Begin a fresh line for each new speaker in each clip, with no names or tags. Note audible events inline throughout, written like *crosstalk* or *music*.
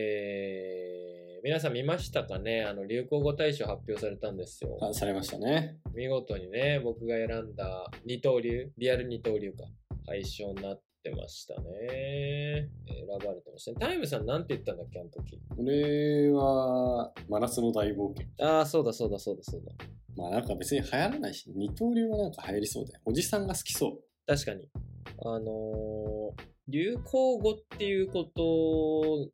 えー、皆さん見ましたかねあの、流行語大賞発表されたんですよ。
あされましたね。
見事にね、僕が選んだ二刀流、リアル二刀流か、対象になってましたね。選ばれてましたね。タイムさんなんて言ったんだっけ、あの時。
これは、真夏の大冒険。
ああ、そうだそうだそうだそうだ。
まあなんか別に流行らないし、二刀流はなんか流行りそうだよ。おじさんが好きそ
確かに。あのー流行語っていうこと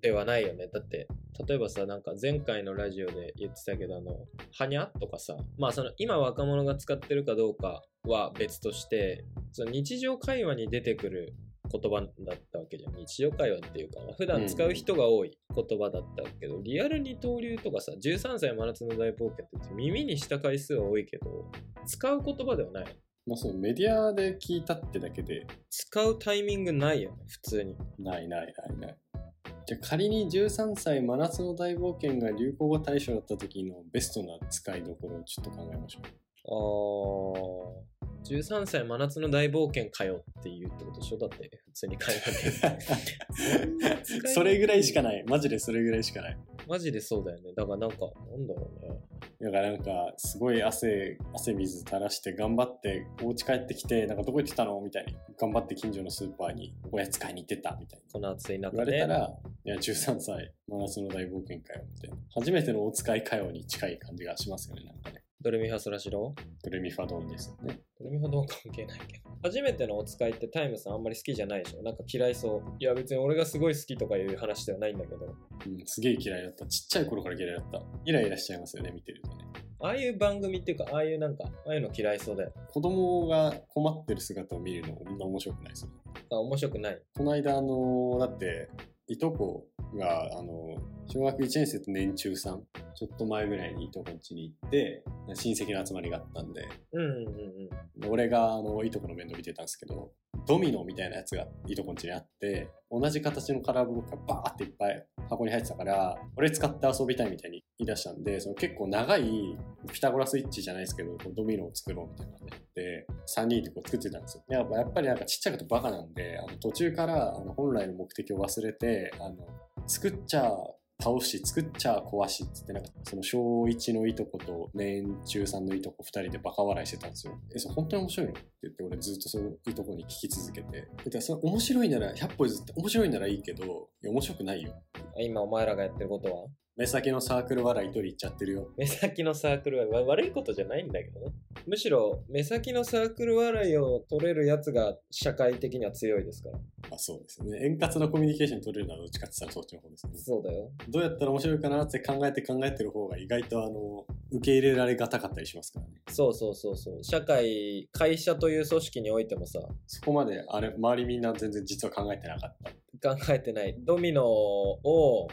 ではないよね。だって、例えばさ、なんか前回のラジオで言ってたけど、あの、はにゃとかさ、まあその、今若者が使ってるかどうかは別として、その日常会話に出てくる言葉だったわけじゃん。日常会話っていうか、普段使う人が多い言葉だったけど、リアル二刀流とかさ、13歳真夏の大冒険って耳にした回数は多いけど、使う言葉ではない。
う。まあそのメディアで聞いたってだけで、
使うタイミングないよね、普通に。
ないないないない。じゃあ仮に13歳真夏の大冒険が流行語大賞だった時のベストな使いどころをちょっと考えましょう。
あー。13歳真夏の大冒険かよって言うってことでしょだって普通に会話で
*laughs* それぐらいしか
い
ない。マジでそれぐらいしかない。
マジでそうだよねだからなんかなんだろうね
だからなんか、すごい汗、汗水垂らして頑張って、お家帰ってきて、なんかどこ行ってたのみたいに。頑張って近所のスーパーにおやつ買いに行ってたみたいな。
この暑い中
言われ
ね
たら、いや、13歳、真夏の大冒険かよ、みたいな。初めてのお使いかよに近い感じがしますよね、なんかね。
ドレミファソラシド
ドレミファドンですよね。
ドレミファドは関係ないけど初めてのお使いってタイムさんあんまり好きじゃないでしょなんか嫌いそういや別に俺がすごい好きとかいう話ではないんだけど
うん、すげえ嫌いだった。ちっちゃい頃から嫌いだった。イライラしちゃいますよね、見てるとね。
ああいう番組っていうかああいうなんかああいうの嫌いそうだよ
子供が困ってる姿を見るの、そんな面白くないですよね。
あ面白くない
この間、あの、だって、いとこが、あの、小学1年生と年中さん、ちょっと前ぐらいにいとこん家に行って、親戚の集まりがあったんで、
うんうんうんうん
俺が、あの、いとこの面倒見てたんですけど、ドミノみたいなやつがいとこん家にあって、同じ形のカラーブロックがバーっていっぱい箱に入ってたから、俺使って遊びたいみたいに言い出したんで、その結構長いピタゴラスイッチじゃないですけど、こうドミノを作ろうみたいなのでやって、3人でこう作ってたんですよ。やっぱやっぱりなんかちっちゃくてバカなんで、あの途中からあの本来の目的を忘れて、あの、作っちゃ倒し、作っちゃ壊しっつって、なんか、その小1のいとこと年中3のいとこ2人でバカ笑いしてたんですよ。え、それ本当に面白いのって言って、俺ずっとそのいとこに聞き続けて。え、だそれ面白いなら、100歩譲って面白いならいいけど、いや、面白くないよ。
今お前らがやってることは
目先のサークル笑い取り行っちゃってるよ。
目先のサークルはわ悪いことじゃないんだけどね。むしろ、目先のサークル笑いを取れるやつが社会的には強いですから。
まあそうですね。円滑なコミュニケーション取れるのはどっちかって言ったらそっちの方ですね。
そうだよ。
どうやったら面白いかなって考えて考えてる方が意外とあの、受け入れられがたかったりしますからね。
そうそうそうそう。社会、会社という組織においてもさ、
そこまで、あれ、周りみんな全然実は考えてなかった。
考えてない。ドミノを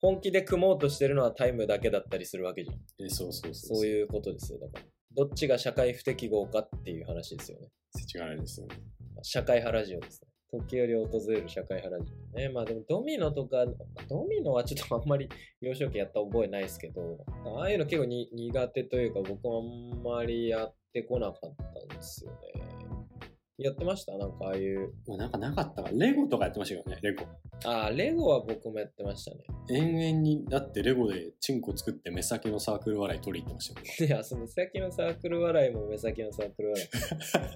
本気で組もうとしてるのはタイムだけだったりするわけじゃん。
え、そうそうそう
そういうことですよ。だから。どっちが社会不適合かっていう話ですよね。
世知辛いですよね。
社会派ラジオですね。時折訪れる社会派ラジオ。ね、まあでもドミノとか、ドミノはちょっとあんまり幼少期やった覚えないですけど、ああいうの結構に苦手というか僕もあんまりやってこなかったんですよね。やってましたなんかああいう。
まあ、なんかなかったから、レゴとかやってましたよね、レゴ。
ああ、レゴは僕もやってましたね。 *laughs*
延々に、だってレゴでチンコ作って目先のサークル笑い取り行ってましたよ。
いや、その目先のサークル笑いも目先のサークル笑い。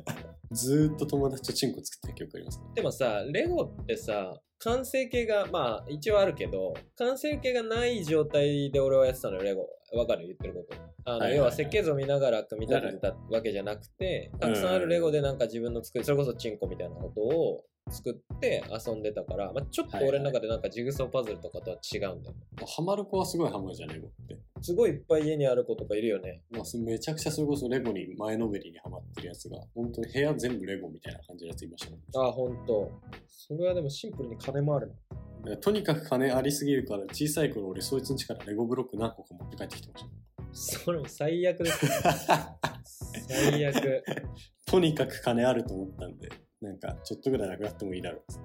ずーっと友達とチンコ作ってた記憶ありますね。
でもさ、レゴってさ、完成形が、まあ、一応あるけど、完成形がない状態で俺はやってたのよ、レゴ。わかる言ってること。あの、
はいはいはい
要は設計図を見ながら組み立ててたわけじゃなくて、たくさんあるレゴでなんか自分の作り、それこそチンコみたいなことを作って遊んでたから、まあ、ちょっと俺の中でなんかジグソーパズルとかとは違うんだよ。
ハマる子はすごいハマるじゃん、レゴって。
すごいいっぱい家にある子とかいるよね。
まあ、そめちゃくちゃそれこそレゴに前のめりにハマってるやつが、本当に部屋全部レゴみたいな感じのやついましたもんね。
ああ、ほんと。それはでもシンプルに金もあるな。
だからとにかく金ありすぎるから、小さい頃俺そいつん家からレゴブロック何個か持って帰ってきてまし
それも最悪です。
た。
最悪。
とにかく金あると思ったんで、なんかちょっとぐらいなくなってもいいだろうっつっ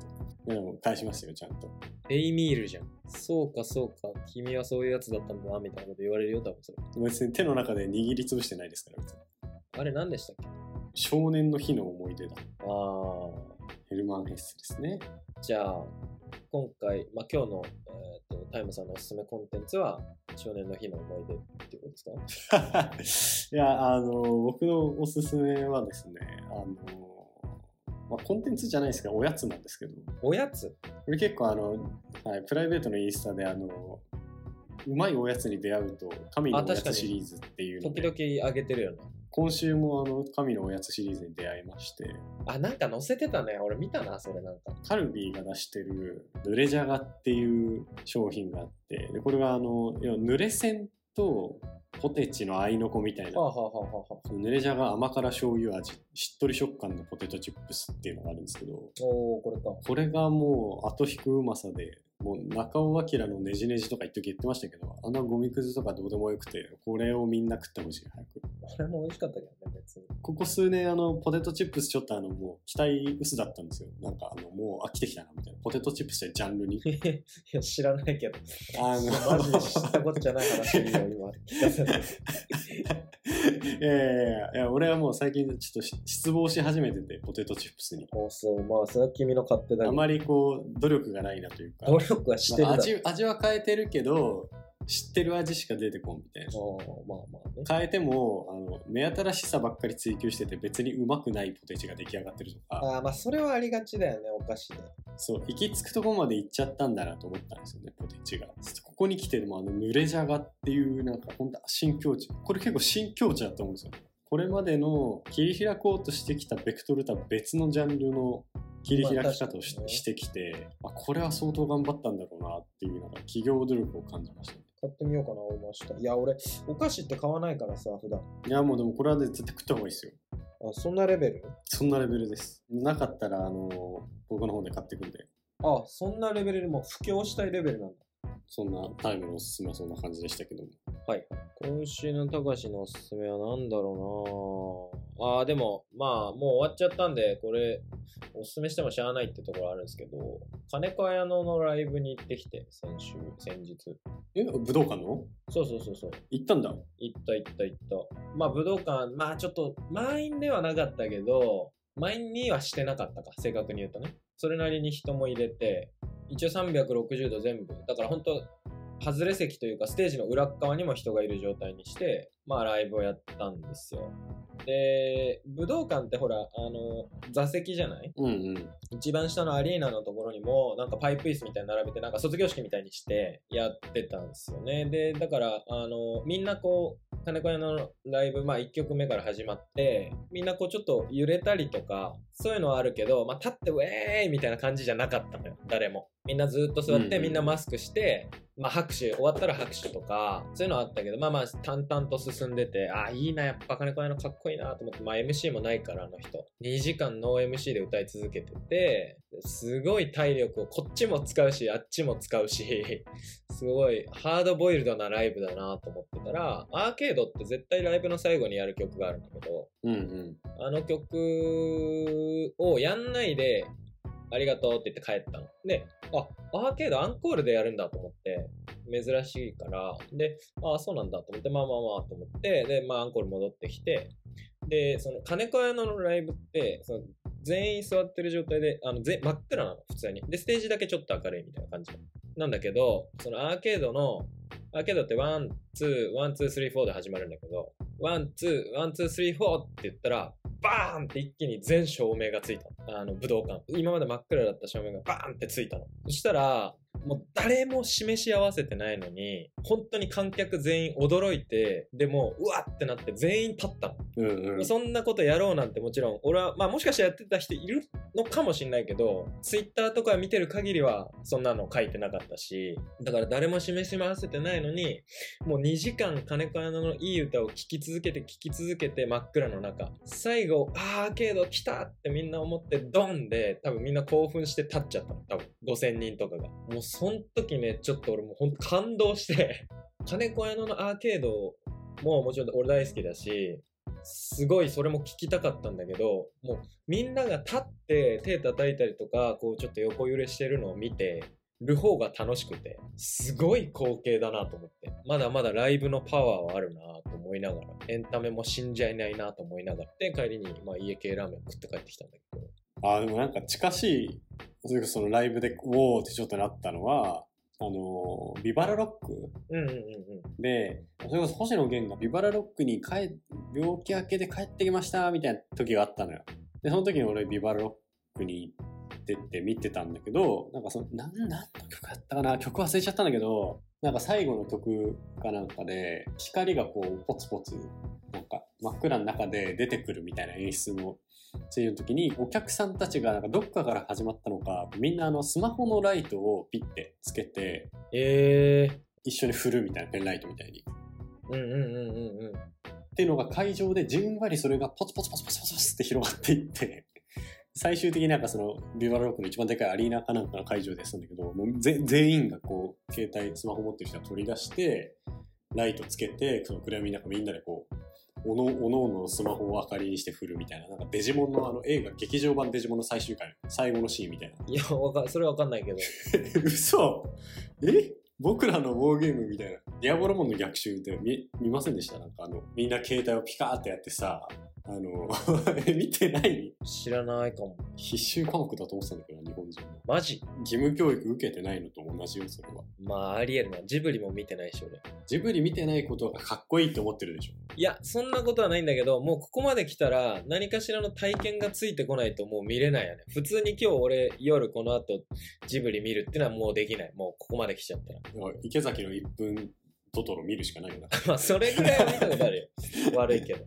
て。でも返しますよ、ちゃんと。
エイミールじゃん。そうか、そうか。君はそういうやつだったんだ、みたいなこと言われるよ、多分それ。
別に手の中で握りつぶしてないですから、別に
あれ何でしたっけ
少年の日の思い出だ。
あ
ヘルマン・ヘッセですね。
ー。じゃあ、今回、まあ、今日の、えー、とタイムさんのおすすめコンテンツは少年の日の思い出っていうことですか
*laughs* いや、あの、僕のおすすめはですね、あの、まあ、コンテンツじゃないですけど、おやつなんですけど、
おやつ
これ結構あの、はい、プライベートのインスタで、あの、うまいおやつに出会うと、神のおや
あ確かに
つシリーズっていうの
時
で、
々あげてるよね。
今週もあの、神のおやつシリーズに出会いまして、
あ、なんか載せてたね。俺見たな、それなんか。
カルビーが出してる、濡れじゃがっていう商品があって、でこれがあの、要は濡れ線とポテチの合いの子みたいな
はあ、はあはあはあはあ、
濡れじゃが甘辛醤油味しっとり食感のポテトチップスっていうのがあるんですけど
おー、これか。
これがもう後引くうまさでもう中尾明のねじねじとか一時言ってましたけどあのゴミくずとかどうでもよくてこれをみんな食ってほしい早く
これも美味しかったけどね、別に。
ここ数年あのポテトチップスちょっとあのもう期待薄だったんですよなんかあのもう飽きてきたなみたいなポテトチップスってジャンル
*laughs*
に
いや、知らないけど。
あの
マ *laughs* ジで知ったことじゃない話を今聞かせて。
いやいやいやいや俺はもう最近ちょっとし失望し始めててポテトチップスに
お *laughs* そう、まあ、それは君の勝手だけ
あ
ど。
まりこう努力がないなというか
努力はしてる
ま
だ
あ
ろ。
味味は変えてるけど知ってる味しか出てこんみたいな
おーまあまあね。
変えてもあの目新しさばっかり追求してて別にうまくないポテチが出来上がってるとか
あーまあ、それはありがちだよね、お菓子で。
そう行き着くとこまで行っちゃったんだなと思ったんですよねポテチがここに来てるもあの濡れじゃがっていうなんか本当新境地これ結構新境地だと思うんですよこれまでの切り開こうとしてきたベクトルとは別のジャンルの切り開き方を
まあ
し,、
確かにね
してきてあこれは相当頑張ったんだろうなっていうなんか企業努力を感じましたね
買ってみようかな、思いました。いや、俺、お菓子って買わないからさ、普段。
いやもうでもこれはね絶対食った方がいいですよ。
あそんなレベル
そんなレベルです。なかったらあの僕の方で買ってくんで、
あ、そんなレベルにもう布教したいレベルなんだ。
そんなタイムのおすすめはそんな感じでしたけども。
はい。今週の高橋のおすすめは何だろうなああー、でも、まあ、もう終わっちゃったんで、これ、おすすめしても知らないってところあるんですけど、金子綾乃のライブに行ってきて、先週、先日。
え、武道館の
そうそうそうそう。
行ったんだ。
行った行った行った。まあ、武道館、まあ、ちょっと、満員ではなかったけど、満員にはしてなかったか、正確に言うとね。それなりに人も入れて、一応360度全部、だから本当外れ席というか、ステージの裏っ側にも人がいる状態にして、まあ、ライブをやったんですよ。で、武道館ってほら、あの、座席じゃない
うんうん。
一番下のアリーナのところにもなんかパイプ椅子みたいに並べてなんか卒業式みたいにしてやってたんですよねでだからあのみんなこう金子屋のライブ、まあ、1曲目から始まってみんなこうちょっと揺れたりとかそういうのはあるけど、まあ、立ってウェーイみたいな感じじゃなかったのよ誰もみんなずっと座っ
うんう
て
ん
みんなマスクして、まあ、拍手終わったら拍手とかそういうのはあったけどまあまあ淡々と進んでてああいいなやっぱ金子屋のかっこいいなと思って、まあ、MC もないからあの人2時間ノー MC で歌い続けててすごい体力をこっちも使うしあっちも使うしすごいハードボイルドなライブだなと思ってたらアーケードって絶対ライブの最後にやる曲があるんだけど
うんうん。
あの曲をやんないで、ありがとうって言って帰ったの。で、あ、アーケードアンコールでやるんだと思って、珍しいから、で、ああ、そうなんだと思って、まあまあまあと思って、で、まあアンコール戻ってきて、で、その金子屋のライブって、その全員座ってる状態で、あのぜ真っ暗なの、普通に。で、ステージだけちょっと明るいみたいな感じなんだけど、そのアーケードの、アーケードってワン、ツー、ワン、ツー、スリー、フォーで始まるんだけど、ワン、ツー、ワン、ツー、スリー、フォーって言ったら、バーンって一気に全照明がついたのあの武道館今まで真っ暗だった照明がバーンってついたのそしたらもう誰も示し合わせてないのに本当に観客全員驚いてでもううわってなって全員立ったの
うんうん。
そんなことやろうなんてもちろん俺は、まあ、もしかしたらやってた人いるのかもしれないけどツイッターとか見てる限りはそんなの書いてなかったしだから誰も示し合わせてないのにもう2時間金子屋のいい歌を聴き続けて聴き続けて真っ暗の中最後あーアーケード来たってみんな思ってドンで多分みんな興奮して立っちゃったの多分5000人とかがもうその時ねちょっと俺もうほんと感動して金子屋のアーケードももちろん俺大好きだしすごいそれも聞きたかったんだけどもうみんなが立って手叩いたりとかこうちょっと横揺れしてるのを見てる方が楽しくてすごい光景だなと思ってまだまだライブのパワーはあるなと思いながらエンタメも死んじゃいないなと思いながらで帰りに、まあ、家系ラーメン食って帰ってきたんだけど
あ、でもなんか近しいそれこそそのライブで、おーってちょっとなったのは、あのービバラロック
うんうんうん
で、それこそ星野源がビバラロックに帰、病気明けで帰ってきました、みたいな時があったのよ。で、その時に俺ビバラロックに行ってって見てたんだけど、なんかその、なん、なんの曲だったかな曲忘れちゃったんだけど、なんか最後の曲かなんかで、光がこう、ポツポツ、なんか真っ暗の中で出てくるみたいな演出の、そういう時に、お客さんたちがなんかどっかから始まったのか、みんなあの、スマホのライトをピッてつけて、
ええ
一緒に振るみたいな、ペンライトみたいに。
うんうんうんうんうん
っていうのが会場でじんわりそれがポツポツポツポツポツって広がっていって最終的になんかそのビバロックの一番でかいアリーナかなんかの会場ですんだけどもうぜ全員がこう携帯スマホ持ってる人は取り出してライトつけてその暗闇の中みんなでこうおのおのおのスマホを明かりにして振るみたいななんかデジモンのあの映画劇場版デジモンの最終回の最後のシーンみたいな
いやわかそれわかんないけど
*laughs* 嘘え僕らのウォーゲームみたいな。ディアボロモンの逆襲って見見ませんでしたなんかあの、みんな携帯をピカーってやってさ、あの、 *laughs* え見てない
知らないかも
必修科目だと思ってたんだけどな、日本人の。
マジ
義務教育受けてないのと同じよ、それは。
まあありえるなジブリも見てないし俺
ジブリ見てないことがかっこいいと思ってるでしょ。
いやそんなことはないんだけどもうここまで来たら何かしらの体験がついてこないともう見れないよね普通に今日俺夜この後ジブリ見るってのはもうできないもうここまで来ちゃったら
だから池崎の1分トトロ見るしかないよな。
*laughs* まあそれぐらいは見たことあるよ悪いけど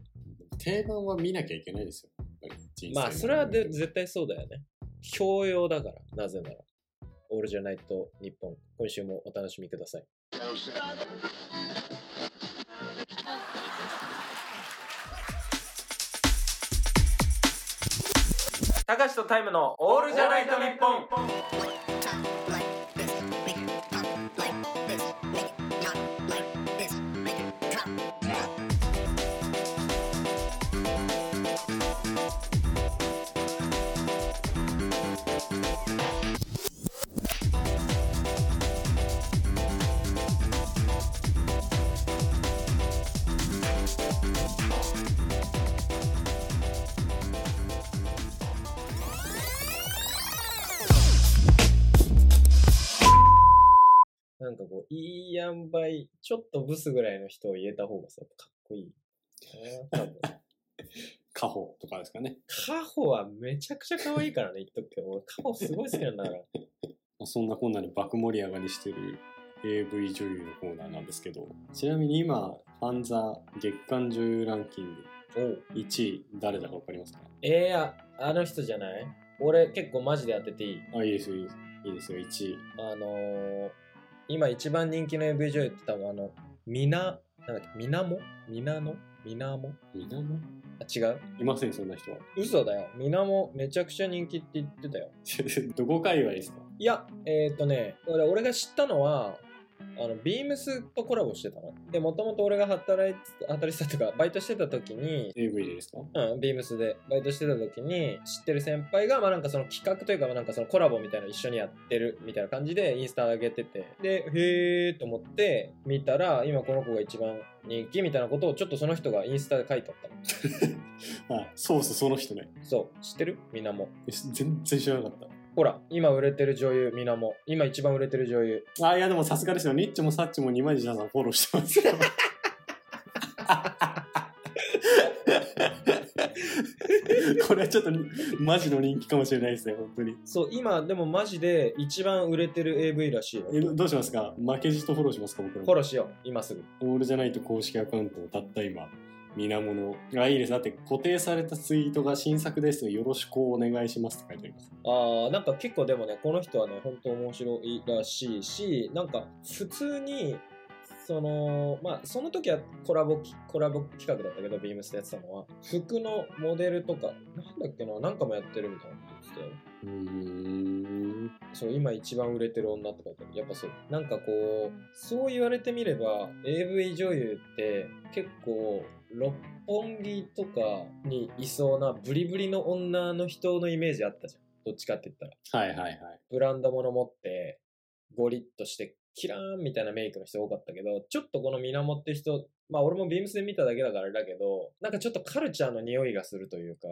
定番は見なきゃいけないですよ。やっぱり人生の
まあそれはで絶対そうだよね教養だからなぜなら俺じゃないと日本今週もお楽しみくださいたかしとタイムのオールじゃないと日本
Talk like this, make it pop like this, make it not like this, make it drop.
なんかこういい塩梅ちょっとブスぐらいの人を入れた方がさかっこいいかな多分
家宝とかですかね。
カホはめちゃくちゃ可愛いからね言っとくけど俺カホすごい好きなんだから
まあそんなこんなに爆盛り上がりしてる AV 女優のコーナーなんですけど、ちなみに今、ファンザ月間女優ランキン
おう
グ1位、誰だかわかりますか
ええああの人じゃない俺結構マジで当てていい
あ、いいですよ、いいですいいですよ、1位。
あのー、今一番人気の AV 女優って多分あのみななんだっけみなもみなのみなも
みなも
あ違う
いません、そんな人は。 *laughs*
嘘だよみなもめちゃくちゃ人気って言ってたよ
どこ界隈ですか
いやえっ、ー、とね俺俺が知ったのはあのビームスとコラボしてたのでもともと俺が働いて働いてたとかバイトしてた時に
?AV でですか
うん、ビームスでバイトしてた時に知ってる先輩がまあなんかその企画というかまあなんかそのコラボみたいなの一緒にやってるみたいな感じでインスタ上げててでへえと思って見たら今この子が一番人気みたいなことをちょっとその人がインスタで書いてあったの
あ、そうそう、その人ね。
そう知ってるみなも
え全然知らなかっ
ほら今売れてる女優みなも今一番売れてる女優
た。あ、いや、でもさすがですよ。ニッチもサッチも二枚舌さんフォローして *laughs* ますよ。これはちょっとマジの人気かもしれないですね、本当に。
そう今でもマジで一番売れてる AV らしいよ
えどどうしますか負けじとフォローしますか僕ら
フォローしよう今すぐ
オールじゃないと公式アカウントをたった今水面のあいいですだって固定されたツイートが新作ですよろしくお願いしますって書いてあります
あーなんか結構でもねこの人はね本当面白いらしいしなんか普通にそのまあその時はコラボきコラボ企画だったけどビームスでやってたのは服のモデルとかなんだっけななんかもやってるみたいなこと言ってたよ
うーん
そう今一番売れてる女とかってやっぱそうなんかこうそう言われてみれば AV 女優って結構六本木とかにいそうなブリブリの女の人のイメージあったじゃんどっちかって言ったら。
はいはいはい
ブランド物持って、ゴリッとしてキラーンみたいなメイクの人多かったけど、ちょっとこの水面って人、まあ俺もビームスで見ただけだからあれだけど、なんかちょっとカルチャーの匂いがするというか、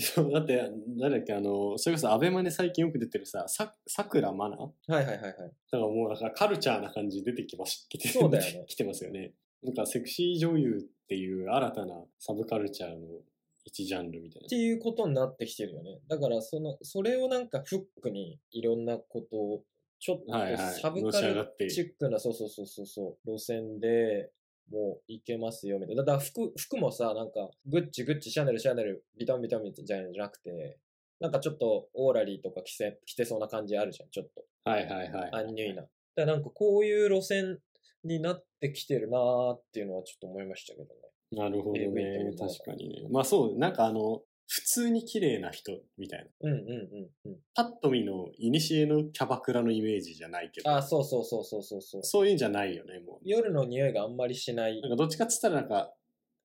そうだって、誰だっけ、あの、それこそアベマで最近よく出てるさ、さ、さくらまなだか
はいはいはいはい。
らもうなんかカルチャーな感じ出てきます、きて
そうだよね
*laughs* 来てますよね。なんかセクシー女優っていう新たなサブカルチャーの一ジャンルみたい
っていうことになってきてるよね。だから、その、それをなんかフックにいろんなことを、ちょっと
はいはい
サブカ
のし上
ル
がっている
チックな、そうそうそうそうそう、路線で、もういけますよ、みたいな。だから服、服もさ、なんか、グッチ、グッチ、シャネル、シャネル、ビタンビタンみたいなのじゃなくて、なんかちょっとオーラリーとか着せ、着てそうな感じあるじゃん、ちょっと。
な。はいはいはい。
アンニュイな。だからなんかこういう路線になってきてるなーっていうのはちょっと思いましたけどね。
なるほど
AV って
ね
こ。とだ
確かにね。まあそう、なんかあの、普通に綺麗な人みたい
う
な。
んうんうんうん。
パッと見の古のキャバクラのイメージじゃないけど、
あ、そうそうそうそうそうそう。
そういうんじゃないよね、もう。
夜の匂いがあんまりしない
なん。かどっちかっつったらなんか、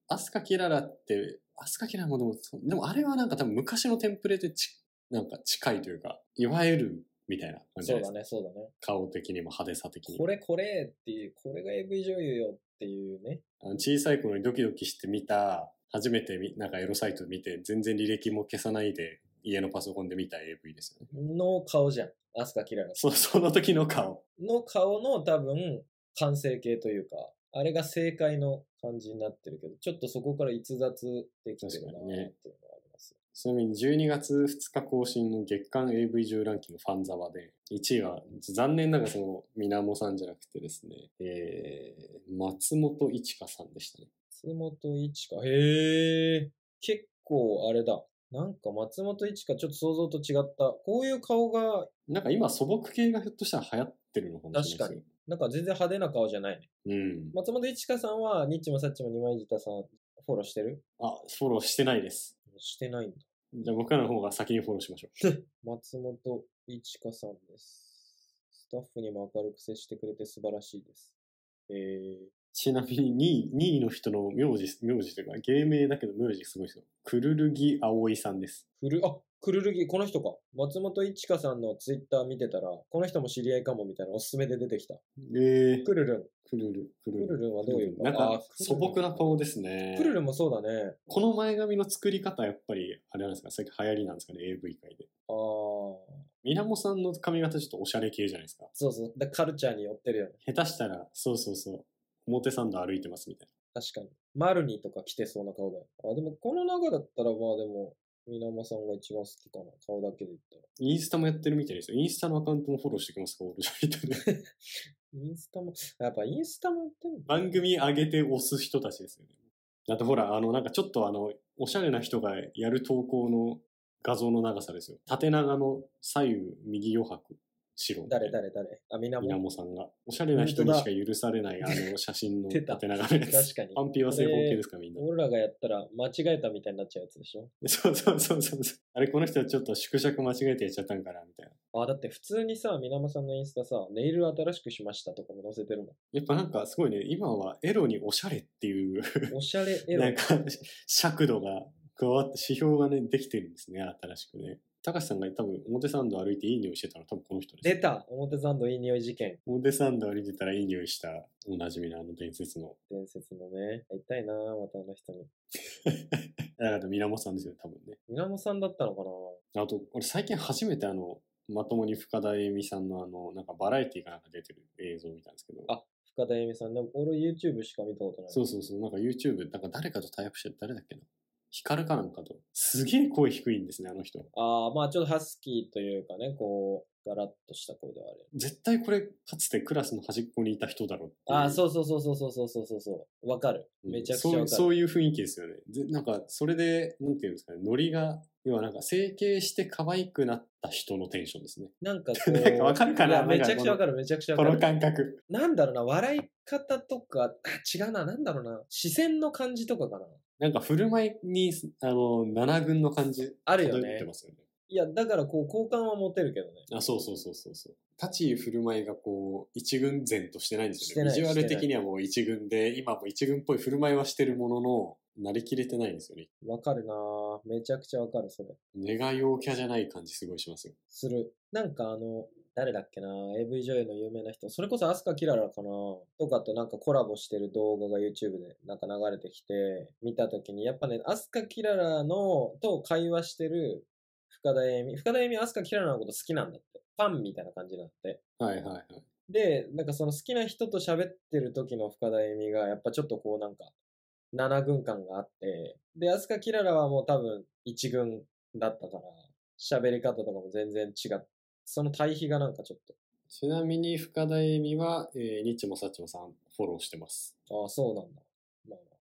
アスカキララって、アスカキララもでも、そうでもあれはなんか多分昔のテンプレでち、なんか近いというか、いわゆるみたいな感じじゃ
そ
な
う
いです
だ
か。
ね、そうだね。
顔的にも派手さ的に
こ
も。
れこれっていう、これが AV 女優よっていうね。
あの小さい頃にドキドキして見た、初めてみなんかエロサイト見て、全然履歴も消さないで、家のパソコンで見た AV ですよね。
の顔じゃん。アスカキララ
そ *laughs* その時の顔。
の顔の多分、完成形というか、あれが正解の感じになってるけど、ちょっとそこから逸脱できてるなーっていうのはあります。
ちなみに12月2日更新の月間 AV 10ランキングファンザワで、1位は残念ながらその、みなもさんじゃなくてですね、えー、松本一香さんでしたね。
松本一か。へえ。結構あれだ。なんか松本一かちょっと想像と違った。こういう顔が、
なんか今素朴系がひょっとしたら流行ってるのかもしれない
確
です
なんか全然派手な顔じゃないね。
よ。うん。
松本一華さんは、ニッチもサッチも二枚舌さん、フォローしてる
あ、フォローしてないです。
してないんだ。
じゃあ僕らの方が先にフォローしましょ
松本一華さんです。スタッフにも明るく接してくれて素晴らしいです。え
う。ちなみに2位、2位の人の名字、名字というか、芸名だけど名字すごいですよ。くるるぎあおいさんです。
ー、くる、あ、くるるぎ、この人か。松本一華さんのツイッター見てたら、この人も知り合いかもみたいなおすすめで出てきた。
えー、
くるるん。
くるる、く
くる
るる。
るんはどういう顔
なん
あ
か
くるる
素
ん
朴な顔ですね。
くるるんもそうだね。
この前髪の作り方、やっぱり、あれなんですか、最近流行りなんですかね、AV 界で。
ああ、
みなもさんの髪型ちょっとおしゃれ系じゃないですか。
そうそう。だカルチャーに寄ってるよね。
下手したら、そうそうそう、表参道歩いてますみたい
確かに。マルニとか着てそうな顔だよ。あ、でもこの中だったらまあでも、水間さんが一番好きかな。顔だけで言ったら。
な。インスタもやってるみたいですよ。インスタのアカウントもフォローしてきますか、俺じゃみたいな。
*laughs* インスタも、やっぱインスタもやってるんだ。
番組上げて押す人たちですよね。だってほら、あの、なんかちょっとあの、おしゃれな人がやる投稿の画像の長さですよ。縦長の左右右余白、白。
誰誰誰あ、みな
みな
も。
もさんが。おしゃれな人にしか許されない、あの、写真
*laughs*
の
出た
縦長のや
確
つ。
かに。
パンピは正方形ですか、みんな。
俺らがやったら間違えたみたいになっちゃうやつでしょ
*laughs* そうそうそうそうそう。あれ、この人はちょっと縮尺間違えてやっちゃったんかな、みたいな。
あ、だって普通にさ、みなもさんのインスタさ、ネイル新しくしましたとかも載せてるも
やっぱなんかすごいね、今はエロにおしゃれっていう、 *laughs*
ん。おしゃれエロ
な。んか尺度が加わって指標がね、できてるんですね、新しくね。高橋さんが多分表参道歩いていい匂いしてたの多分この人です。
出た表参道いい匂い事件。
表参道歩いてたらいい匂いした、おなじみのあの伝説の。 *laughs*
伝説のね。会いたいなまたあの人に。
だからミラモさんですよね、多分ね。
みなもさんだったのかな
あと、俺最近初めてあの、まともに深田恵美さんのあの、なんかバラエティかなんか出てる映像を見たんですけど。
あ深田恵美さん。でも俺 YouTube しか見たことない。
そうそうそう、なんか YouTube、なんか誰かとタイアップしてる、誰だっけな。ヒカルかなんかと。すげえ声低いんですね、あの人。
ああ、まあちょっとハスキーというかね、こう、ガラッとした声ではあるよね。
絶対これ、かつてクラスの端っこにいた人だろってい
ああ、そうそうそうそうそうそうそうそう。わかる。
うん
めちゃくちゃわかる。
そう。そういう雰囲気ですよね。ぜなんか、それで、なんていうんですかね、ノリが、要はなんか、整形して可愛くなった人のテンションで
*laughs*
すね。
なんかこ
*laughs* なんか
う、
わかるかない
や
なん
め
か
ちゃくちゃわかる、めちゃくちゃ
こ
わ
の
かる。
感覚。
なんだろうな、笑い方とか、あ違うな、なんだろうな、視線の感じとかかな。
なんか、振る舞いに、あの、七軍の感じ、
あるよ
漂っ
ね
て。ますよね。
いや、だからこう、好感は持てるけどね。
あ、そうそうそうそうそう。立ち居振る舞いがこう、一軍前としてないんです
し
よ
て
ね。
な
ビ
い
ジュアル
してない
的にはもう一軍で、今も一軍っぽい振る舞いはしてるものの、なりきれてないんですよね。
わかるなぁめちゃくちゃわかる、それ。
願い陽キャじゃない感じすごいしますよ。
する。なんかあの、誰だっけな AV 女優の有名な人、それこそアスカキララかなとかとなんかコラボしてる動画が YouTube でなんか流れてきて、見たときに、やっぱね、アスカキララの、と会話してる深田栄美。深田栄美はアスカキララのこと好きなんだって。ファンみたいな感じなんだって。
はいはいはい。
で、なんかその好きな人と喋ってる時の深田恵美が、やっぱちょっとこうなんか、7軍感があって、で、飛鳥キララはもう多分1軍だったから、喋り方とかも全然違う。その対比がなんかちょっ
ちなみに深田恵美は、えー、ニッチもサッチもさんフォローしてます。
と、ああ、そうなんだ。まあまあ、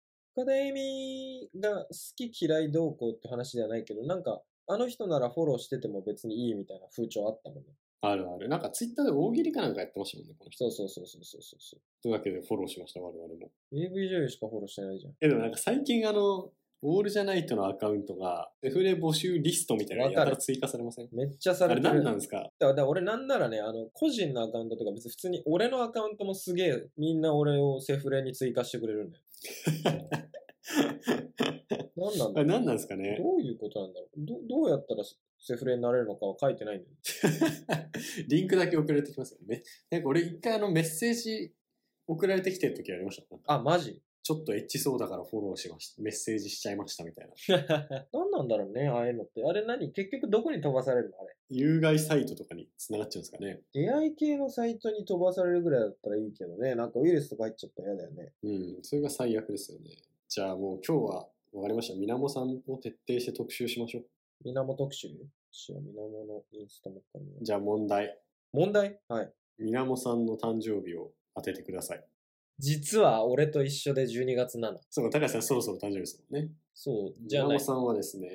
深田恵美が好き嫌いどうこうって話ではないけど、なんか、あの人ならフォローしてても別にいいみたいな風潮あったもんね。
あるある。なんかツイッターで大喜利かなんかやってましたもんね、この人。
そうそうそうそうそうそうそう。
というわけでフォローしました、我々も。
AV 女優しかフォローしてないじゃん。
え、でもなんか最近あの、オールじゃないとのアカウントが、セフレ募集リストみたいなのやたら追加されません
めっちゃさ
あ
れ
れ
てる。
何なんですか
だから俺なんならね、あの、個人のアカウントとか別に普通に俺のアカウントもすげえみんな俺をセフレに追加してくれる *laughs* んだよ。なんなん
あ
だ
れ
ろ
何なんですかね
うどういうことなんだろうどどうやったらセフレになれるのかは書いてないんだよね。
リンクだけ送られてきますよね。なんか俺一回あのメッセージ送られてきてる時ありました。なんか
あ、マジ
ちょっとエッチそうだからフォローしました。メッセージしちゃいましたみたいな。
なんなんだろうね、ああいうのって。あれ何結局どこに飛ばされるのあれ。
有害サイトとかに繋がっちゃうんですかね。
出会い系のサイトに飛ばされるぐらいだったらいいけどね。なんかウイルスとか入っちゃったら嫌だよね。
うん。それが最悪ですよね。じゃあもう今日は、わかりました。みなもさんを徹底して特集しましょう。
みなも特集しよう、みなものインスタもっかりね
じゃあ問題。
問題はい。
みなもさんの誕生日を当ててください。
実は俺と一緒で12月7。
そうか、高橋さんそろそろ誕生日ですもんね。
そう、
み
じゃ
な
ない
も。さんはですね、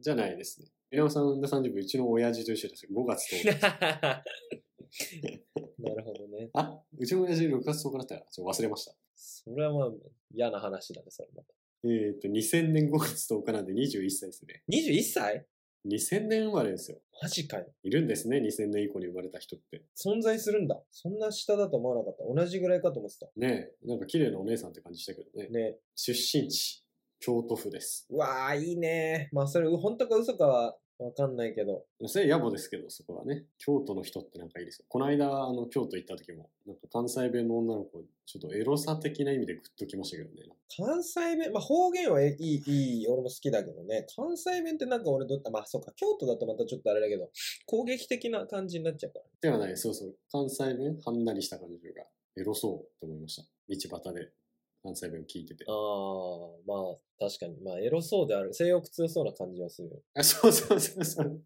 じゃないですね。みなもさんの誕生日、うちの親父と一緒です。5月10日。
な *laughs* るほどね。
あ、うちの親父6月10日だったら、ちょっと忘れました。
それはまあ嫌な話だね、それも。
えっ、と、2000年5月10日なんで21歳ですね。
21歳
2000年生まれですよ。
マジかよ。
いるんですね、2000年以降に生まれた人って。
存在するんだ。そんな下だと思わなかった。同じぐらいかと思ってた。
ねえ、なんか綺麗なお姉さんって感じしたけどね。
ね。
出身地、京都府です。
うわあ、いいね。まあ、それ、本当か嘘かはわかんないけど。
それ野暮ですけど、そこはね。京都の人ってなんかいいですよ。この間、あの、京都行った時も、なんか関西弁の女の子、ちょっとエロさ的な意味でグッときましたけどね。
関西弁、まあ、方言はいい、いい、俺も好きだけどね。関西弁ってなんか俺どった、まあ、そうか、京都だとまたちょっとあれだけど、攻撃的な感じになっちゃうから。
ではない、そうそう。関西弁、はんなりした感じというか、エロそうと思いました。道端で関西弁を聞いてて
あ。あ、まあ、確かに。まあ、エロそうである。性欲強そうな感じはするよ。
あ、そうそうそうそう。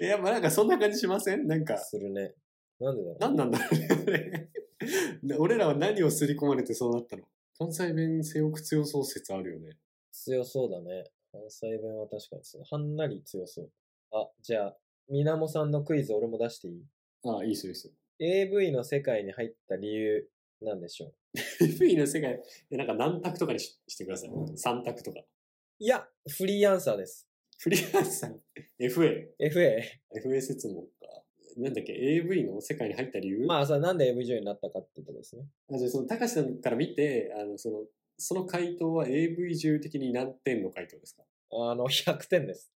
いや、まあなんかそんな感じしませんなんか、
するね。なんでだろう。
何なんだろうね。 *laughs* 俺らは何を刷り込まれてそうなったの関西弁性欲強そう説あるよね。
強そうだね。関西弁は確かにそう。はんなり強そう。あ、じゃあ、みなもさんのクイズ俺も出していい
ああ、いいっすよ、いいっすよ。
?AV の世界に入った理由、なんでしょう
FE の世界、えなんか何択とかにししてください。3択とか。
いや、フリーアンサーです。
フリーランスさん、FA。
FA。
FA 説問か。なんだっけ、AV の世界に入った理由
まあ、さ、なんで AV 女優になったかってことですね。
あじゃあその、高橋さんから見て、あの、その、その回答は AV 女優的に何点の回答ですか
あの、100点 *laughs* です。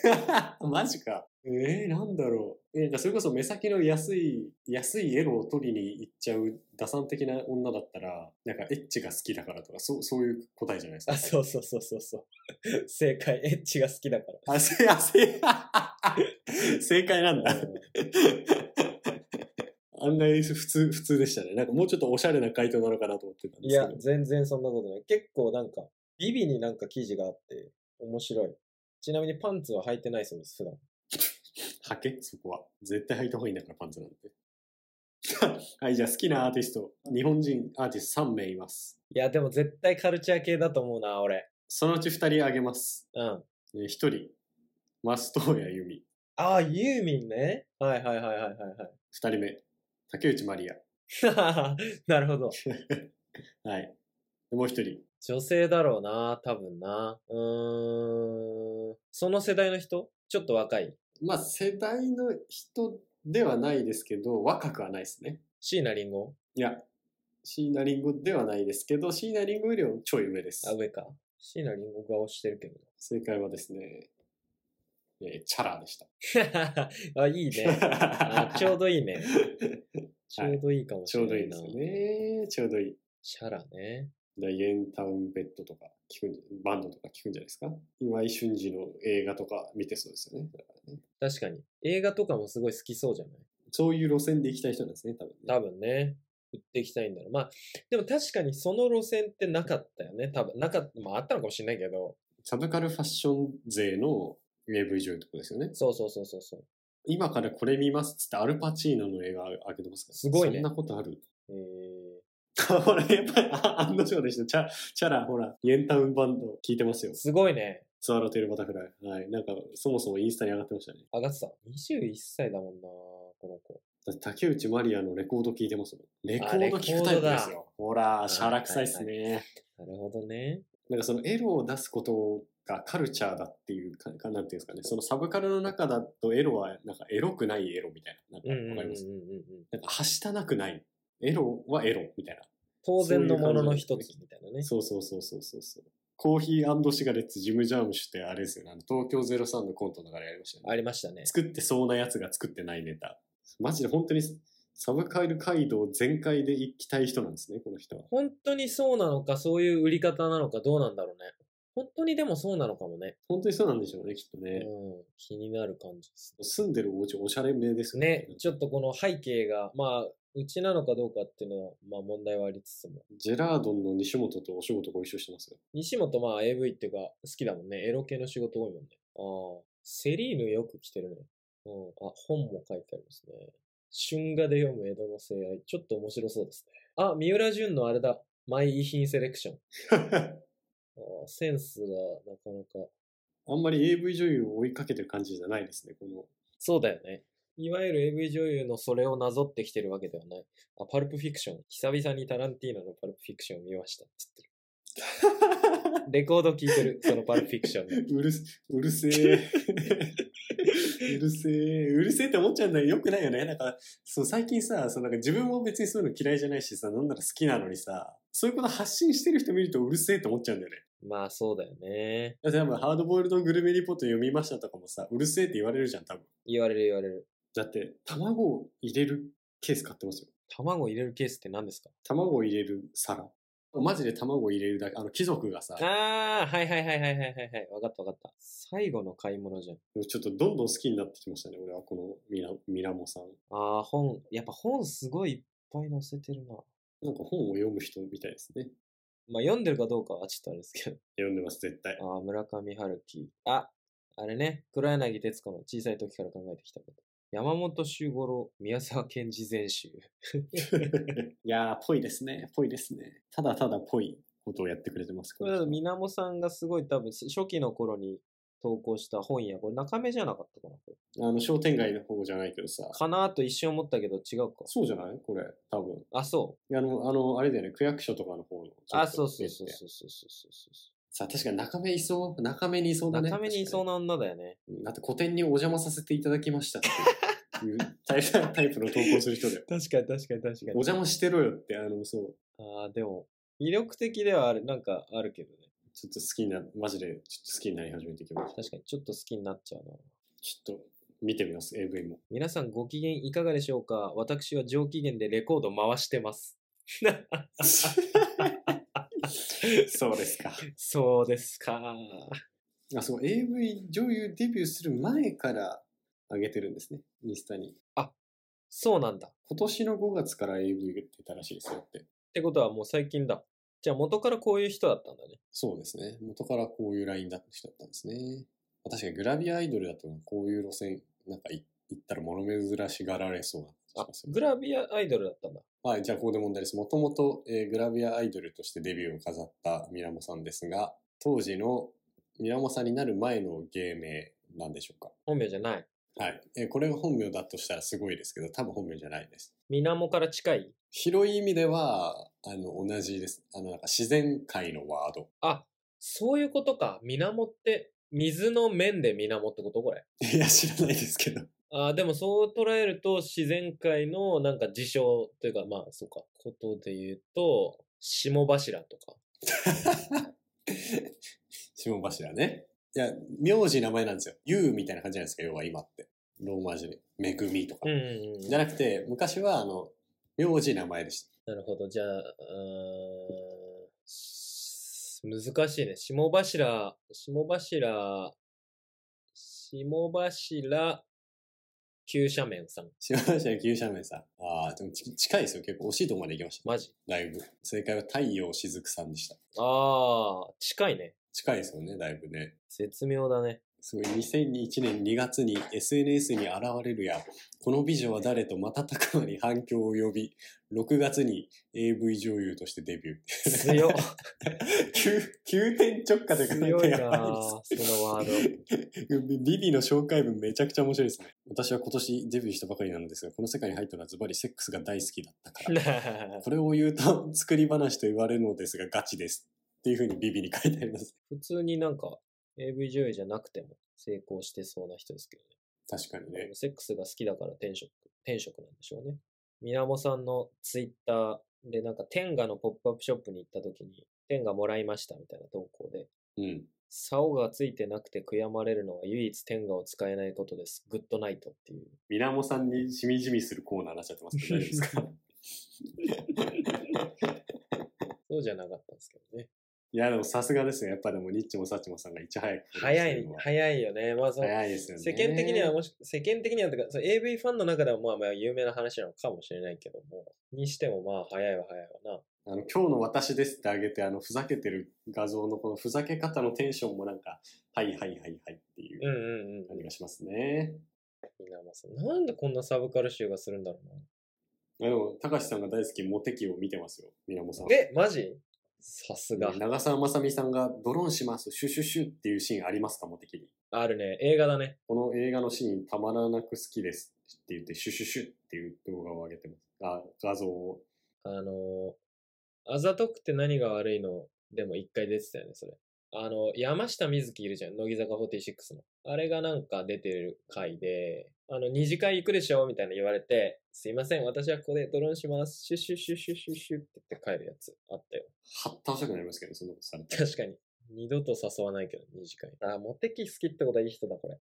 *laughs* マジか。えー、なんだろう。えなんかそれこそ目先の安い、安いエロを取りに行っちゃう打算的な女だったら、なんかエッチが好きだからとか、そう、そういう答えじゃないですか。
あ、そうそうそうそうそう。正解、エッチが好きだから。
あ、せ、あ、せ、 *laughs* 正解なんだ。案外普通、普通でしたね。なんかもうちょっとおしゃれな回答なのかなと思ってたんで
い
すけ
や
ど、。
全然そんなことない。結構なんか、ビビになんか記事があって、面白い。ちなみにパンツは履いてないそうです、普段。
はけそこは。絶対履いた方がいいんだから、パンツなんて。 *laughs* はい、じゃあ好きなアーティスト、日本人アーティスト3名います。
いや、でも絶対カルチャー系だと思うな、俺。
そのうち2人あげます。
うん。
えー1人、松任谷由実。
ああ、ユーミンね。はいはいはいはいはい
2人目、竹内まりや。
はい。 *laughs* なるほど。
はい。でもう1人、
女性だろうな、多分な。うーん。その世代の人ちょっと若い。
まあ世代の人ではないですけど、若くはないですね。
椎名林檎
いや、椎名林檎ではないですけど、椎名林檎よりもちょい上です
あ、。上か。シーナリンゴ顔してるけど
正解はですね、えーチャラでした。
な。 *laughs* あ、いいね。あちょうどい *laughs* いね。ちょうどいいかもし
*laughs* ち
れ
ょう
な
どい
い
いで
な。
すよね。ちょうどいい。
シャラね。
だイエンタウンベッドとか聞くんじゃ、バンドとか聞くんじゃないですか今井俊二の映画とか見てそうですよね。だからね
確かに。映画とかもすごい好きそうじゃない
そういう路線で行きたい人なんですね、多分ね。
多分ね。売っていきたいんだろう。まあ、でも確かにその路線ってなかったよね。多分、なかった、まああったのかもしれないけど。
サブカルファッション勢の AV 女優ってことですよね。
そうそうそうそうそう。
今からこれ見ますっつってアルパチーノの映画あげてますから。
すごいね
そんなことある *laughs*
えー、
ほら、やっぱり、あ案の定でした。チャチャラ、ほら、イエンタウンバンド聞いてますよ。
すごいね。
スワロテールバタフライ。はい。なんか、そもそもインスタに上がってましたね。
上がってた。21歳だもんな、この子。
だって竹内まりやのレコード聞いてますもん。レコ
あレ
ー
コ
ド
ードだ
聞くタイプですよ。ほら、シャラ臭いっす
は
ね。
なるほどね。
なんかそのエロを出すことがカルチャーだっていうか、かなんていうんですかね。そのサブカルの中だとエロは、なんかエロくないエロみたいな。
うんうんう
なんか
ん
わ
う
か
んうん
りますなんか、はしたなくない。エロはエロみたいな。
当然のものの一つみたいなね。
そうそうそうそうそうそう。コーヒーシガレッツ、ジム・ジャームシュってあれですよね。あの東京03のコントの中でやりましたよね。
ありましたね。
作ってそうなやつが作ってないネタ。マジで本当にサブカル街道全開で行きたい人なんですね、この人は。
本当にそうなのか、そういう売り方なのか、どうなんだろうね。本当にでもそうなのかもね。
本当にそうなんでしょうね、きっと
う
ね。
ん、気になる感じです
住んでるお家おしゃれめですよ
ね。ちょっとこの背景が、まあ、うちなのかどうかっていうのは、まあ問題はありつつも。
ジェラードンの西本とお仕事ご一緒してますよ。
西本まあ AV っていうか、好きだもんね。エロ系の仕事多いもんね。ああ。セリーヌよく来てるね。うん。あ、本も書いてありますね。春画で読む江戸の性愛。ちょっと面白そうですね。あ、三浦淳のあれだ。マイ遺品セレクシ *laughs* ョン。あーセンスがなかなか。
あんまり AV 女優を追いかけてる感じじゃないですね、この。
そうだよね。いわゆる AV 女優のそれをなぞってきてるわけではない。あ、パルプフィクション。久々にタランティーノのパルプフィクションを見ましたって言 *laughs* ってる。レコード聴いてる、そのパルプフィクションの。
うるす、うるせえ。うるせえ。うるせえって思っちゃうんだよ。よくないよね。なんか、そう、最近さ、そうなんか自分も別にそういうの嫌いじゃないしさ、なんなら好きなのにさ、そういうこと発信してる人見るとうるせえって思っちゃうんだよね。
まあそうだよね。
だって多分、ハードボイルドグルメリポート読みましたとかもさ、うるせえって言われるじゃん、多分。
言われる言われる。
だって、卵を入れるケース買ってますよ。
卵入れるケースって何ですか
卵を入れる皿。マジで卵を入れるだけ、あの、貴族がさ、
ああ、はいはいはいはいはいはいはい。わかったわかった。最後の買い物じゃん。
ちょっとどんどん好きになってきましたね、俺はこのミラミラモさん。
ああ、本。やっぱ本すごいいっぱい載せてるな。
なんか本を読む人みたいですね。
まあ読んでるかどうかはちょっとあれですけど。
読んでます、絶対。
ああ、村上春樹。あ、あれね。黒柳徹子の小さい時から考えてきたこと。山本周五郎、宮沢賢治全集。
*laughs* いやー、ぽいですね、ぽいですね。ただただぽいことをやってくれてます。
これだと、みなもさんがすごい多分、初期の頃に投稿した本や、これ中目じゃなかったかなこれ
あの、商店街の方じゃないけどさ。
かなーと一瞬思ったけど違うか。
そうじゃないこれ、多分。
あ、そう。
いやあの、あの、あれだよね、区役所とかの方の。
あ、そうそうそう
ちょっと
そ
別で
うそうそうそうそ
さあ、確かに中目いそう、中目にいそう
う。
だね。
中目にいそう
な。
な女だよね。
だって古典にお邪魔させていただきましたって *laughs* いうタイプタイプの投稿する人だよ。
確かに確かに確か
お邪魔してろよって、あの、そう、
ああ、でも、魅力的ではある、なんかあるけどね。
ちょっと好きな、マジでちょっと好きになり始めてきました。
確かにちょっと好きになっちゃうな。
ちょっと見てみます、AV
*laughs*
も。
皆さんご機嫌いかがでしょうか私は上機嫌でレコード回してます。
そうですか。
そうですか。
あ、そう、AV 女優デビューする前から上げてるんですね、インスタに。
そうなんだ。っ
今年の5月から AV 出たらしいですよって。
てことはもう最近だ。じゃあ元からこういう人だったんだね。
そうですね。元からこういうラインだった人だったんですね。確かにグラビアアイドルだとこういう路線、なんかい行ったら物珍しがられそうな
あ
気がします、よ
グ
ね。
ラビアアイドルだったんだ。
はい、じゃあここで問題です。もともと、えーグラビアアイドルとしてデビューを飾ったミラモさんですが、当時のミラモさんになる前の芸名なんでしょう
本名じゃない。
かはい、えーこれが本名だとしたらすごいですけど、多分本名じゃないです。
水面から近い
広い意味では、あの、同じです。あの、なんか自然界のワード。 *laughs*
あ、そういうことか。水面って、水の面で水面ってことこれ。
いや、知らないですけど。 *laughs*
あーでもそう捉えると自然界のなんか事象というかまあそうかことで言うと霜柱とか
下柱ね。いや、名字名前なんですよ。ゆうみたいな感じじゃないですか、要は今って。ローマ字で。めぐみとか。
うんうんうん
じゃなくて、昔は、あの、名字名前でした。
なるほど。じゃあ、うーんし難しいね。下柱、下柱、下柱、急斜面さん。
下柱急斜面さん。ああ、でもち近いですよ。結構惜しいとこまで行きました。
マジ
だいぶ。正解は太陽しずくさんでした。
ああ、近いね。
近いですよね、だいぶね。
絶妙だね。
すごい、2001年2月に SNS に現れるや、この美女は誰と瞬く間に反響を呼び、6月に AV 女優としてデビュー。 *laughs*
強っ
急、急転直下という
強
か、
い
や
な
ば
あ
い
そのワード。
です。ビビの紹介文めちゃくちゃ面白いですね。私は今年デビューしたばかりなのですが、この世界に入ったのはズバリセックスが大好きだったから。これを言うと作り話と言われるのですがガチです。っていうふうにビビに書いてあります。
*laughs* 普通になんか AV 女優じゃなくても成功してそうな人ですけど
確かに
ね。
ね。
セックスが好きだから転職、転職なんでしょうね。みなもさんのツイッターでなんか天下のポップアップショップに行った時に天下もらいましたみたいな投稿で、
うん。
竿がついてなくて悔やまれるのは唯一天下を使えないことです。グッドナイトっていう。
ミラモさんにしみじみするコーナーになっちゃってま
*laughs*
すけど大丈夫ですか
そうじゃなかったんですけどね。
いや、でもさすがですね。やっぱでもニッチもサッチもさんがいち早く。
早い、
早い。
早いよね。まあその
早いですよね。
世間的にはもし、世間的にはというか、その AV ファンの中ではまあまあ有名な話なのかもしれないけども、にしてもまあ早いは早いわな。
あの、今日の私ですってあげて、あの、ふざけてる画像のこのふざけ方のテンションもなんか、はいはいはいはいっていううん
うんうん。
感じがしますね。
みなもさん。なんでこんなサブカル集がするんだろうな。
いやでも、たかしさんが大好きモテキを見てますよ。ミラモさん。
え、マジさすが。
長澤まさみさんがドローンします、シュシュシュっていうシーンありますか、モテキに。
あるね。映画だね。
この映画のシーンたまらなく好きですって言って、シュシュシュっていう動画を上げてます。あ画像を。
あのー、あざとくて何が悪いのでも一回出てたよね、それ。あの、山下美月いるじゃん。乃木坂46の。あれがなんか出てる回で、あの、二次会行くでしょみたいな言われて、すいません、私はここでドローンします。シュッシュッシュッシュッシュッシュッって言って帰るやつあったよ。
はったしたくなりますけど、そんなことされたら。
確かに。二度と誘わないけど、二次会。あー、モテキ好きってことはいい人だ、これ。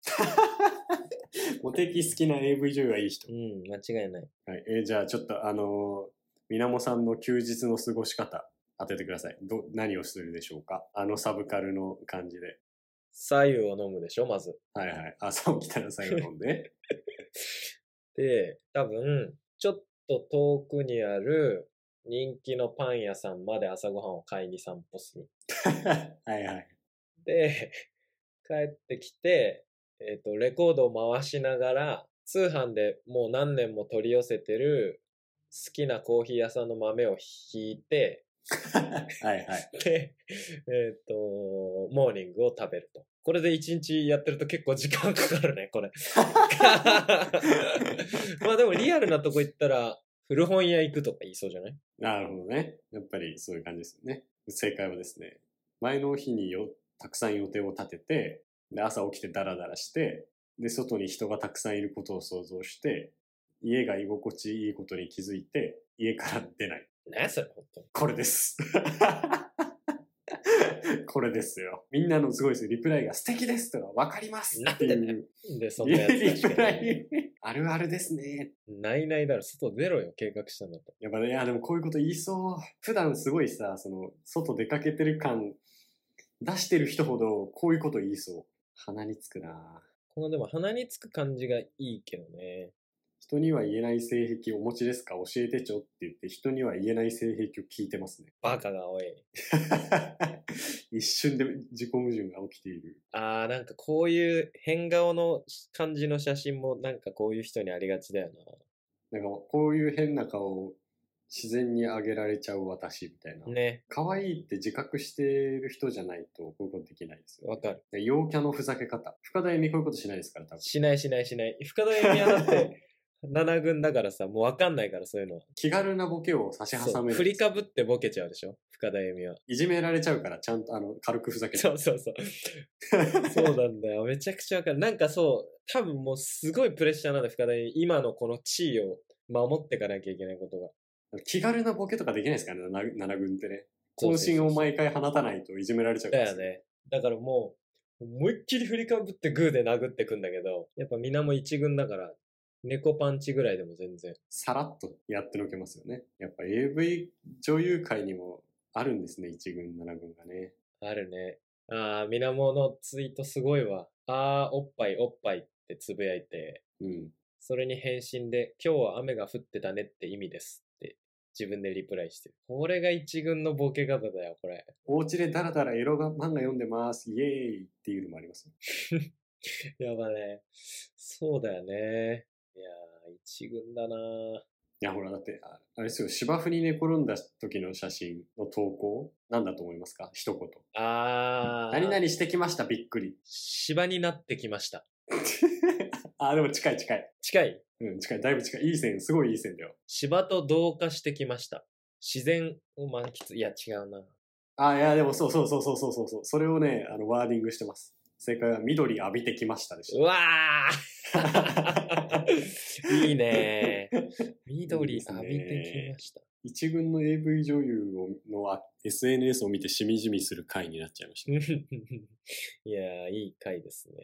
モテキ好きな AV 女優はいい人
う。ん、間違いない。
はい。えーじゃあちょっとあのー、みなもさんの休日の過ごし方、当ててください。ど、何をするでしょうかあのサブカルの感じで。
左右を飲むでしょ、まず。
はいはい。朝起きたら最後飲んで。 *laughs*
で、多分、ちょっと遠くにある人気のパン屋さんまで朝ごはんを買いに散歩する。
はいはい。
で、 *laughs* 帰ってきて、えっ、と、レコードを回しながら、通販でもう何年も取り寄せてる好きなコーヒー屋さんの豆をひいて、
はいはい。
で、 *laughs* えっ、と、モーニングを食べると。これで一日やってると結構時間かかるね、これ。 *laughs* まあでもリアルなとこ行ったら、古本屋行くとか言いそうじゃない
なるほどね。やっぱりそういう感じですよね。正解はですね、前の日によたくさん予定を立てて、で朝起きてダラダラして、で、外に人がたくさんいることを想像して、家が居心地いいことに気づいて、家から出ない。
ねそれ、本当に。
これです。 *laughs* これですよ。みんなのすごいですよ。リプライが素敵ですとかわかりますってい
なんでだ
う。
なんで、そんなや
リ
つ
プ
確
ラ
かに。
イ、あるあるですね。
ないないだろ、外出ろよ、計画したんだった
やっぱね、いや、でもこういうこと言いそう。普段すごいさ、その、外出かけてる感出してる人ほど、こういうこと言いそう。鼻につくな
このでも鼻につく感じがいいけどね。
人には言えない性癖お持ちですか教えてちょって言って、人には言えない性癖を聞いてますね。 *laughs*
バカが多い。
一瞬で自己矛盾が起きている。
あー、なんかこういう変顔の感じの写真もなんかこういう人にありがちだよ
なんか、こういう変な顔を自然に上げられちゃう私みたいな
な。。ね、
可愛いって自覚してる人じゃないと、こういうことできないですよ。
わかる。
で陽キャのふざけ方。深田恵美こういうことしないですから、多分。
しないしないしない。深田由美はだ *laughs* って、7軍だからさ、もうわかんないからそういうのは。
気軽なボケを差し
そ
挟
う
め
振
る
り。かぶってボケちゃうでしょ深田由美は。
いじめられちゃうから、ちゃんとあの軽くふざけ
*laughs*
て
そうそうそう。 *laughs* そうなんだよ。めちゃくちゃわかる。なんかそう、多分もうすごいプレッシャーなんだ、深田由美。今のこの地位を守っていかなきゃいけないことが。
気軽なボケとかできないですからね、な七軍ってね。渾身を毎回放たないといじめられちゃうか
だ
ら
よね。だからもう、思いっきり振りかぶってグーで殴ってくんだけど、やっぱ皆も一軍だから、猫パンチぐらいでも全然。
さらっとやってのけますよね。やっぱ AV 女優界にもあるんですね、1軍、7軍がね。
あるね。ああ、みなものツイートすごいわ。ああ、おっぱいおっぱいってつぶやいて、
うん。
それに返信で、今日は雨が降ってたねって意味ですって自分でリプライしてる。これが一軍のボケ方だよ、これ。 *laughs*
お家でダラダラエロが漫画読んでます、イエーイっていうのもありますよ。
やばね。そうだよね。いやー、一軍だなー
いや、ほら、だって、ああれですよ、芝生に寝転んだ時の写真の投稿、なんだと思いますか一言。
あー。
何々してきました、びっくり。
芝になってきました。
あ、でも近い近い。
近い。
うん、近い。だいぶ近い。いい線、すごいいい線だよ。
芝と同化してきました。自然を満喫。いや、違うな。
あ、いや、でもそうそうそうそうそうそうそう。それをね、あの、ワーディングしてます。正解は、緑浴びてきましたでし
う
た。
わー *laughs* いいねー。 *laughs* 緑
いいですね
浴びてきました。
一軍の AV 女優をのあ SNS を見てしみじみする回になっちゃいました。い
*laughs* いやー、いい回ですね。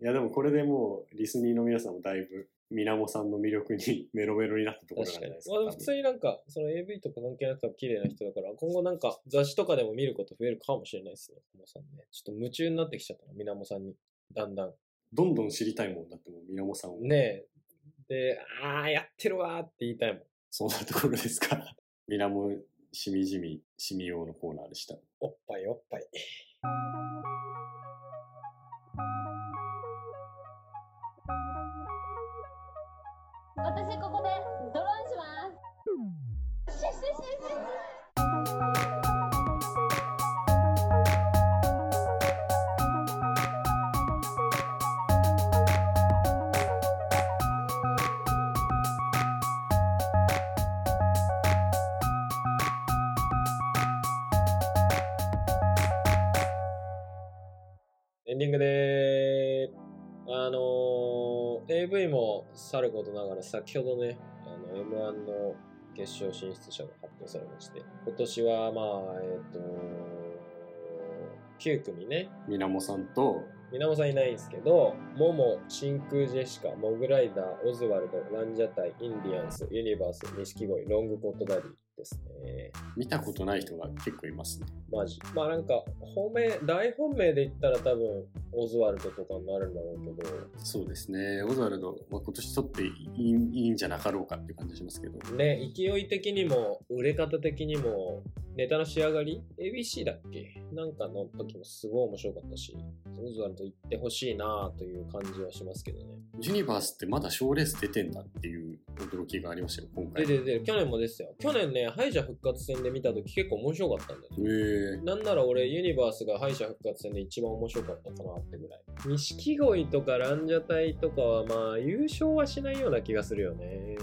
や、でもこれでもう、リスニーの皆さんもだいぶ、みなもさんの魅力に *laughs* メロメロになったところな
確
んじゃ
か
ない
に
です。か
ま。あ、普
多分
通になんか、その AV とか関係なくても綺麗な人だから、今後なんか雑誌とかでも見ること増えるかもしれないですね。みなもさんね。ちょっと夢中になってきちゃったな、みなもさんに。だんだん。
どんどん知りたいもんだってもう、みなもさんを。
ねえ。で、あー、やってるわーって言いたいもん。
そんなところですか。 *laughs* みなもしみじみ、しみようのコーナーでした。
おっぱいおっぱい。
私ここでドローンします。シュッシュッシュッシュッ
エンディングでーあのー、AV もさることながら先ほどね、あの M1 の決勝進出者が発表されまして、今年はまあ、えっ、と9組ね、
みなもさんと、
みなもさんいないんですけど、モモ、真空ジェシカ、モグライダー、オズワルド、ランジャタイ、インディアンス、ユニバース、錦鯉、ロングコットダディですね。
見たことない人が結構いますね。
マジ。まあなんか、本命、大本命で言ったら多分、オズワルドとかになるんだろうけど、
そうですね。オズワルド、まあ、今年取っていいいいんじゃなかろうかって感じしますけど。
ね、勢い的にも、売れ方的にも、ネタの仕上がり ?ABC だっけなんかの時もすごい面白かったし、オズワルド行ってほしいなという感じはしますけどね。
ユニバースってまだ賞レース出てんだっていう驚きがありましたよ、今
で、
回。
で、で、去年もですよ。去年ね、敗者復活戦で見た時結構面白かったんだよね。
えー、
なんなら俺、ユニバースが敗者復活戦で一番面白かったかなってぐらい。錦鯉とかランジャタイとかはまあ、優勝はしないような気がするよね。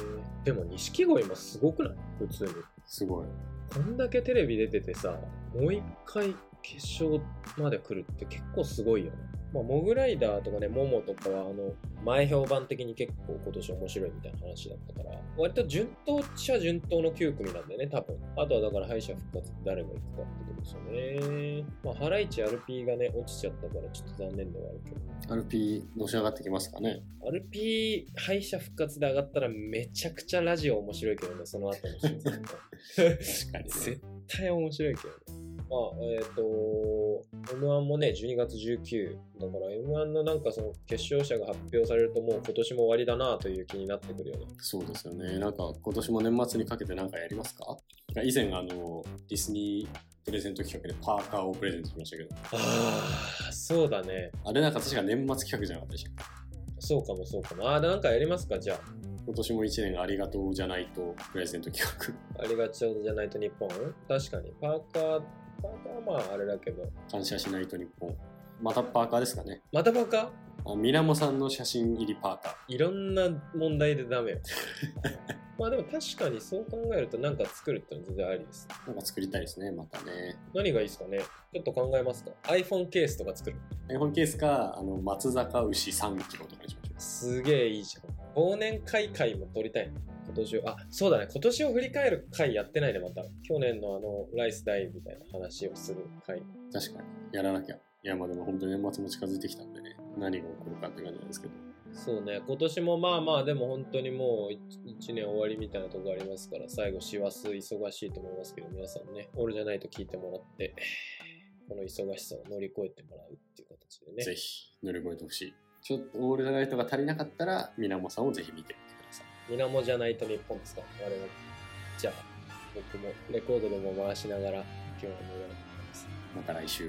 でも錦鯉もすごくない普通に。
すごい。
こんだけテレビ出ててさ、もう一回決勝まで来るって結構すごいよね。まあ、モグライダーとかね、モモとかは、あの、前評判的に結構今年面白いみたいな話だったから、割と順当っちゃ順当の9組なんだよね、多分。あとはだから敗者復活って誰が行くかってことですよね。まあ、ハライチ RP がね、落ちちゃったからちょっと残念ではあるけど。
RP のし上がってきますかね。
RP 敗者復活で上がったらめちゃくちゃラジオ面白いけどね、その後のシーズンも。
確かに、
絶対面白いけどね。まあ、えっ、と、M1 もね、12月19。だから M1 のなんかその決勝者が発表されるともう今年も終わりだなという気になってくるよね。
そうですよね。なんか今年も年末にかけて何かやりますか以前あの、ディスニープレゼント企画でパーカーをプレゼントしましたけど、
ああ、そうだね。
あれなんか確か年末企画じゃなかったでしたっけ
そうかもそうかも。ああ、なんかやりますか、じゃ
今年も1年ありがとうじゃないとプレゼント企画。
あ。ありがちじゃないと日本確かに。パーカー、パーカーはまああれだけど。
感謝しないと日本。またパーカーですかね。
またパーカー
あミラモさんの写真入りパーカー。
いろんな問題でダ *laughs* メよ。まあでも確かにそう考えるとなんか作るってのは全然ありです。
なんか作りたいですね、またね。
何がいいですかねちょっと考えますか ?iPhone ケースとか作る。
iPhone ケースか、あの、松坂牛3キロとかにしましょ
すげえいいじゃん。忘年会会も撮りたいね今年を、あ、そうだね、今年を振り返る回やってないね、また。去年のあの、ライスダイみたいな話をする回。
確かに。やらなきゃ。いや、まあでも本当に年末も近づいてきたんでね、何が起こるかって感じなんですけど。
そうね、今年もまあまあ、でも本当にもう1年終わりみたいなとこありますから、最後、師走忙しいと思いますけど、皆さんね、俺じゃないと聞いてもらって、この忙しさを乗り越えてもらうっていう形でね。
ぜひ乗り越えてほしい。ちょっとオールナイトが足りなかったら、みなもさんをぜひ見てみてください。
水面じゃないと日本ですから、我々。じゃあ、僕もレコードでも回しながら、今日は見ようと思います。
また来週。